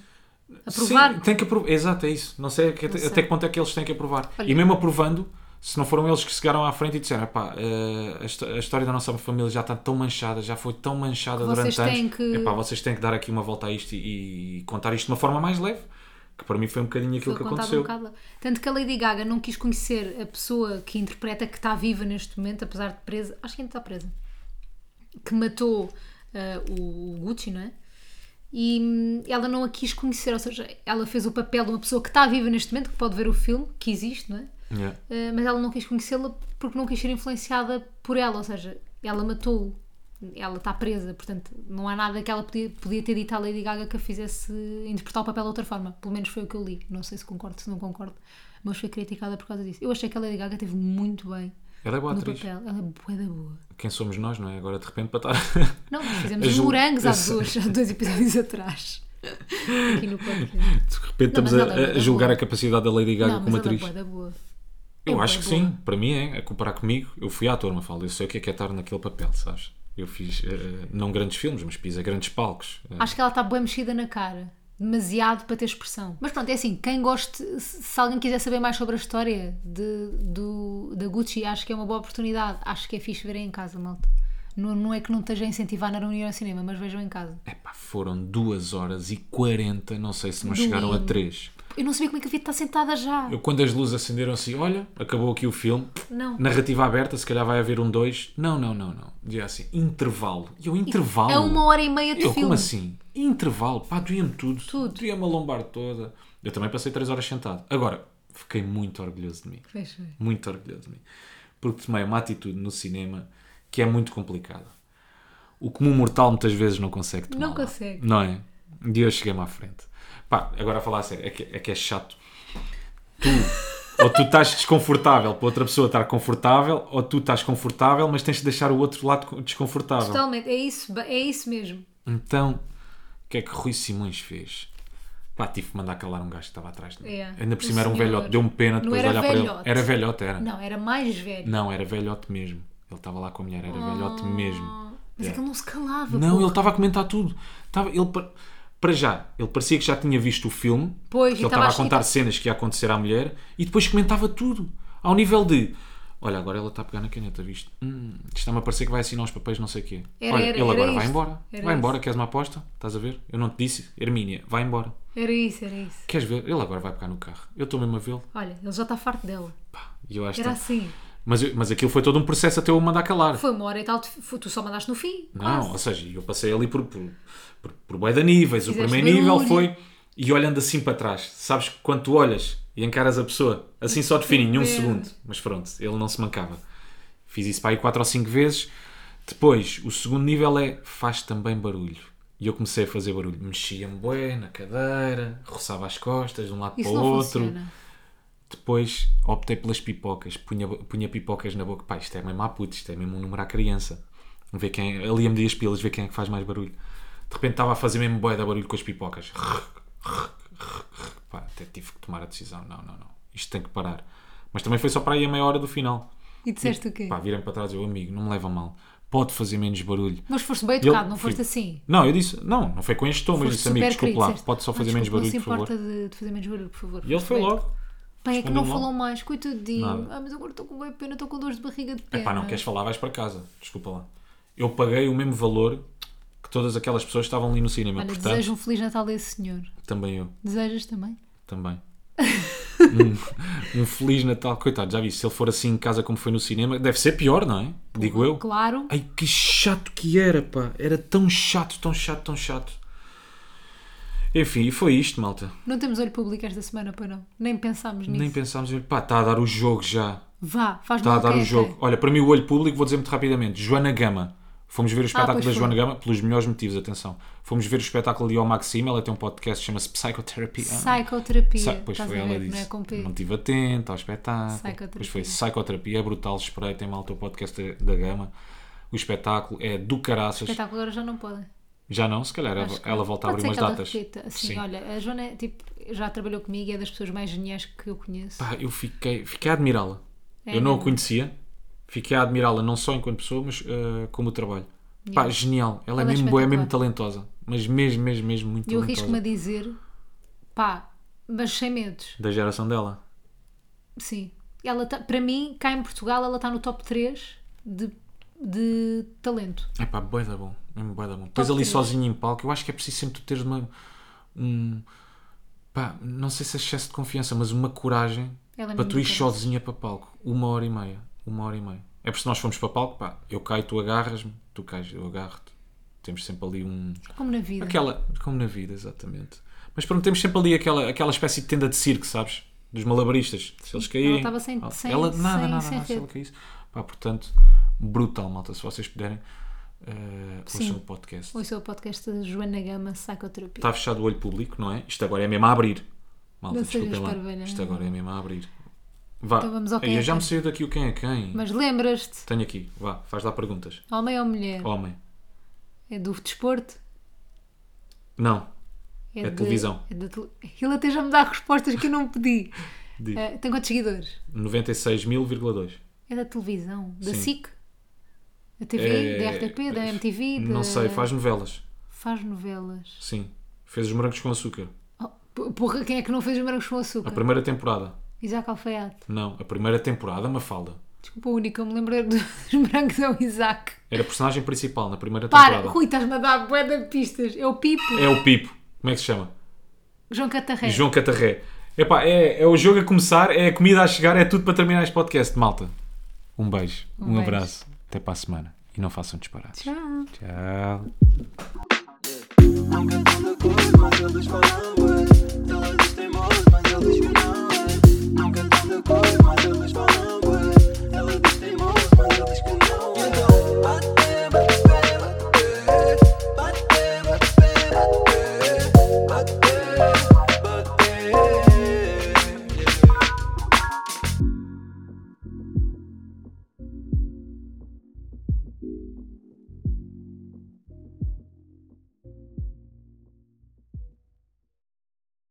A: Sim,
B: Aprovar.
A: tem que aprovar. Exato, é isso. Não sei, que- até,
B: sei.
A: que ponto é que eles têm que aprovar.
B: Olha.
A: E mesmo aprovando, se não foram eles que chegaram à frente e disseram, pá, a, histó- a história da nossa família já está tão manchada, já foi tão manchada
B: Que vocês
A: durante anos.
B: têm que-
A: Epá, vocês têm que dar aqui uma volta a isto e, e contar isto de uma forma mais leve. Que para mim foi um bocadinho aquilo
B: Foi
A: que
B: contado
A: aconteceu.
B: um bocado lá. Tanto que a Lady Gaga não quis conhecer a pessoa que interpreta que está viva neste momento, apesar de presa, acho que ainda está presa, que matou ah, o, o Gucci, não é? E hum, ela não a quis conhecer, ou seja, ela fez o papel de uma pessoa que está viva neste momento, que pode ver o filme, que existe, não é?
A: Yeah.
B: Ah, mas ela não quis conhecê-la porque não quis ser influenciada por ela, ou seja, ela matou-o, ela está presa, portanto, não há nada que ela podia, podia ter dito à Lady Gaga que a fizesse interpretar o papel de outra forma. Pelo menos foi o que eu li. Não sei se concordo, se não concordo, mas foi criticada por causa disso. Eu achei que a Lady Gaga teve muito bem
A: Ela é boa
B: no
A: atriz.
B: papel, ela é bué da boa.
A: Quem somos nós, não é? Agora de repente para estar.
B: Não, nós fizemos
A: A Ju-
B: morangos há
A: eu sei.
B: dois, há dois episódios atrás. Aqui no podcast.
A: De repente
B: Não,
A: estamos
B: mas
A: a,
B: ela é bué
A: a
B: da
A: julgar
B: boa.
A: a capacidade da Lady Gaga
B: Não, mas
A: como
B: ela é
A: atriz.
B: bué da boa.
A: Eu
B: É
A: acho
B: bué
A: que
B: boa.
A: sim, para mim é, a comparar comigo, eu fui ator, me fala, eu sei o que é que é estar naquele papel, sabes? Eu fiz, eh, não grandes filmes, mas fiz a grandes palcos. Eh,
B: Acho que ela está bem mexida na cara. Demasiado para ter expressão. Mas pronto, é assim, quem goste, se se alguém quiser saber mais sobre a história de, do, da Gucci, acho que é uma boa oportunidade. Acho que é fixe verem em casa, malta. Não, não é que não esteja a incentivar na reunião ao cinema, mas vejam em casa.
A: Eh, epá, foram 2 horas e 40, não sei se não
B: Do
A: chegaram a
B: mínimo.
A: 3.
B: Eu não sabia como é que havia de estar sentada já.
A: Eu, quando as luzes acenderam assim, olha, acabou aqui o filme,
B: Não.
A: narrativa aberta, se calhar vai haver um 2. Não, não, não, não. Dizia assim, intervalo. E eu, intervalo?
B: É uma hora e meia de
A: Eu,
B: filme.
A: como assim? Intervalo, pá, doía-me tudo.
B: Tudo.
A: Doía-me a lombar toda. Eu também passei 3 horas sentado. Agora, fiquei muito orgulhoso de mim.
B: Fecha.
A: Muito orgulhoso de mim. Porque tomei uma atitude no cinema que é muito complicada. O comum mortal muitas vezes não consegue tomar.
B: Não
A: lá.
B: consegue.
A: Não é? Um dia eu cheguei-me à frente. Pá, agora a falar a sério, é que é, que é chato. Tu, ou tu estás desconfortável para outra pessoa estar confortável, ou tu estás confortável, mas tens de deixar o outro lado co- desconfortável.
B: Totalmente, é isso, ba- é isso mesmo.
A: Então, o que é que Rui Simões fez? Pá, tive que mandar calar um gajo que estava atrás de mim.
B: É.
A: Ainda por
B: O
A: cima era um
B: senhor.
A: velhote, deu-me pena
B: Não
A: depois de
B: era
A: olhar para
B: velhote.
A: ele. Era velhote, era.
B: Não, era mais velho.
A: Não, era velhote mesmo. Ele estava lá com a mulher, era velhote mesmo.
B: Ah, Mas é que ele não se calava.
A: Não,
B: porra.
A: ele estava a comentar tudo. Estava, ele, pa- para já, ele parecia que já tinha visto o filme,
B: Pois,
A: que
B: e
A: ele estava
B: estava a
A: a contar
B: escrita-
A: cenas que ia acontecer à mulher e depois comentava tudo. Ao nível de. Olha, agora ela está a pegar na caneta, viste? Hum, isto está-me a parecer que vai assinar os papéis, não sei o quê.
B: Era-
A: Olha,
B: era-
A: ele
B: era
A: agora vai
B: isto.
A: embora.
B: Era
A: vai
B: isso.
A: embora, queres uma aposta? Estás a ver? Eu não te disse. Hermínia, vai embora.
B: Era isso, era isso.
A: Queres ver? Ele agora vai pegar no carro. Eu estou mesmo a vê-lo.
B: Olha, ele já está farto dela.
A: Pá, e eu acho
B: Era
A: que-
B: assim.
A: mas, eu- mas aquilo foi todo um processo até eu o mandar calar.
B: Foi uma hora e tal, de- foi- tu só mandaste no fim.
A: Não,
B: quase.
A: ou seja, eu passei ali por, por, por, por bué de níveis. o
B: Fizeste
A: primeiro nível
B: barulho.
A: foi. E olhando assim para trás, sabes que quando tu olhas e encaras a pessoa, assim só de fininho, um
B: Merda.
A: segundo. Mas pronto, ele não se mancava. Fiz isso para aí 4 ou 5 vezes. Depois, o segundo nível é faz também barulho. E eu comecei a fazer barulho. Mexia-me bué na cadeira, roçava as costas de um lado
B: Isso
A: para
B: não
A: o outro.
B: funciona.
A: Depois optei pelas pipocas, punha, punha pipocas na boca. Pá, isto é mesmo à puta, isto é mesmo um número à criança. Vê quem, ali a medir as pilas, ver quem é que faz mais barulho. De repente estava a fazer mesmo bué da barulho com as pipocas. Pá, até tive que tomar a decisão. Não, não, não. Isto tem que parar. Mas também foi só para aí a meia hora do final.
B: E disseste o quê?
A: Pá, virem para trás e eu, amigo, não me leva a mal. Pode fazer menos barulho.
B: Mas foste bem
A: Ele-
B: educado, não foste
A: fui-
B: assim.
A: Não, eu disse, não, não foi com este tom, mas
B: Foste
A: disse, amigo,
B: super
A: desculpe
B: querido,
A: lá,
B: disseste,
A: pode só
B: "Ah,
A: fazer menos
B: desculpe,
A: barulho, por
B: Não se
A: favor.
B: importa de, de fazer menos barulho, por favor.
A: E ele
B: Foste
A: foi
B: bem-
A: logo.
B: Pai, é que não
A: Respondeu-me
B: falou mais, coitadinho.
A: Nada.
B: Ah, mas agora estou com bem pena, estou com dores de barriga de pena.
A: Epá, não queres falar, vais para casa. Desculpa lá. Eu paguei o mesmo valor que todas aquelas pessoas que estavam ali no cinema.
B: Olha,
A: Portanto,
B: desejo um Feliz Natal a esse senhor.
A: também eu.
B: Desejas também?
A: Também. um, um Feliz Natal. Coitado, já vi. Se ele for assim em casa como foi no cinema, deve ser pior, não é? Digo eu.
B: Claro.
A: Ai, que chato que era, pá. Era tão chato, tão chato, tão chato. Enfim, e foi isto, malta.
B: Não temos olho público esta semana, para não. Nem pensámos nisso.
A: Nem pensámos, pá, está a dar o jogo já.
B: Vá, faz
A: Está Tá a
B: mal
A: dar
B: quem
A: o
B: é
A: jogo. Olha, para mim o olho público, vou dizer muito rapidamente. Joana Gama. Fomos ver o espetáculo
B: Ah, pois
A: da
B: foi.
A: Joana Gama, pelos melhores motivos, atenção. Fomos ver o espetáculo de O Maxima, ela tem um podcast que chama-se Psychotherapy.
B: quem. Psicoterapia.
A: Sa- Pois
B: Estás
A: foi,
B: a ver,
A: ela
B: não é
A: disse.
B: com P.
A: Não estive atento ao espetáculo.
B: Psicoterapia.
A: Pois foi, psicoterapia é brutal, esperei, tem malta o podcast da, da Gama. O espetáculo é do caraças.
B: Espetáculo agora já não podem.
A: Já não, se calhar ela,
B: Acho que-
A: ela volta a abrir
B: Pode ser
A: umas
B: que ela
A: datas.
B: repita. Assim,
A: Sim.
B: olha, a Joana é, tipo, já trabalhou comigo e é das pessoas mais geniais que eu conheço.
A: Pá, eu fiquei, fiquei a admirá-la.
B: É
A: eu não a
B: mesmo.
A: conhecia, fiquei a admirá-la não só enquanto pessoa, mas ah, como o trabalho. Pá, genial. Ela,
B: Ela
A: é
B: é
A: mesmo boa, é mesmo
B: espetacular.
A: talentosa. Mas mesmo, mesmo, mesmo muito
B: E eu arrisco-me a
A: talentosa.
B: dizer, pá, mas sem medos.
A: Da geração dela.
B: Sim. Ela tá, para mim, cá em Portugal, ela está no top 3 de, de talento.
A: É pá, bué da bom. Mesmo bué da bom. Depois ali
B: três.
A: sozinho em palco, eu acho que é preciso sempre tu teres uma... Um, pá, não sei se é excesso de confiança, mas uma coragem
B: Ela é
A: para
B: mesmo
A: tu ir
B: diferente.
A: sozinha para palco. Uma hora e meia. Uma hora e meia. É porque se nós formos para palco, pá, eu caio, tu agarras-me, tu cais, eu agarro-te. Temos sempre ali um...
B: Como na vida.
A: Aquela, como na vida, exatamente. Mas pronto, temos sempre ali aquela, aquela espécie de tenda de circo, sabes? Dos malabaristas. Se eles caírem. Ah,
B: estava sem- sem-
A: ela,
B: sem-
A: nada, nada,
B: sem
A: nada, se
B: rede.
A: ela caísse. é Pá, portanto, brutal, malta. Se vocês puderem, eh,
B: Sim.
A: ouçam o podcast.
B: Ouça o podcast da Joana Gama, Psicoterapia.
A: Está fechado o olho público, não é? Isto agora é mesmo a abrir. Malta,
B: Não sejas
A: desculpem lá.
B: parvalhão.
A: Isto agora é mesmo a abrir. Vá.
B: Então vamos ao
A: Ei,
B: quem é
A: eu já me
B: quem.
A: saiu daqui o quem é quem.
B: Mas lembras-te,
A: Tenho aqui. Vá, faz lá perguntas.
B: homem ou mulher?
A: Homem.
B: É do desporto?
A: Não. É
B: de-
A: televisão.
B: É da tele... Ele até já me dá respostas que eu não pedi.
A: Diz.
B: Eh, tem quantos seguidores?
A: 96.000,2.
B: É da televisão, da
A: Sim.
B: SIC, da TV,
A: É,
B: da RTP, da MTV, da...
A: Não sei, faz novelas.
B: faz novelas.
A: Sim. Fez os morangos com açúcar.
B: Oh, p- porra, quem é que não fez os morangos com açúcar?
A: A primeira temporada.
B: Isaac Alfaiate.
A: Não, a primeira temporada, Mafalda.
B: Desculpa, o único que eu me lembro era dos morangos ao Isaac.
A: Era a personagem principal na primeira
B: Para,
A: temporada.
B: Rui, estás-me a dar bué de pistas. É o Pipo,
A: É o Pipo. Como é que se chama?
B: João Catarré.
A: João Catarré. Epá, é, é o jogo a começar, é a comida a chegar, é tudo para terminar este podcast, malta. Um beijo, um,
B: beijo.
A: abraço. Até para a semana. E não façam disparates.
B: Tchau.
A: Tchau.
C: I'm contando coisas, mas eles falam, ué. Elas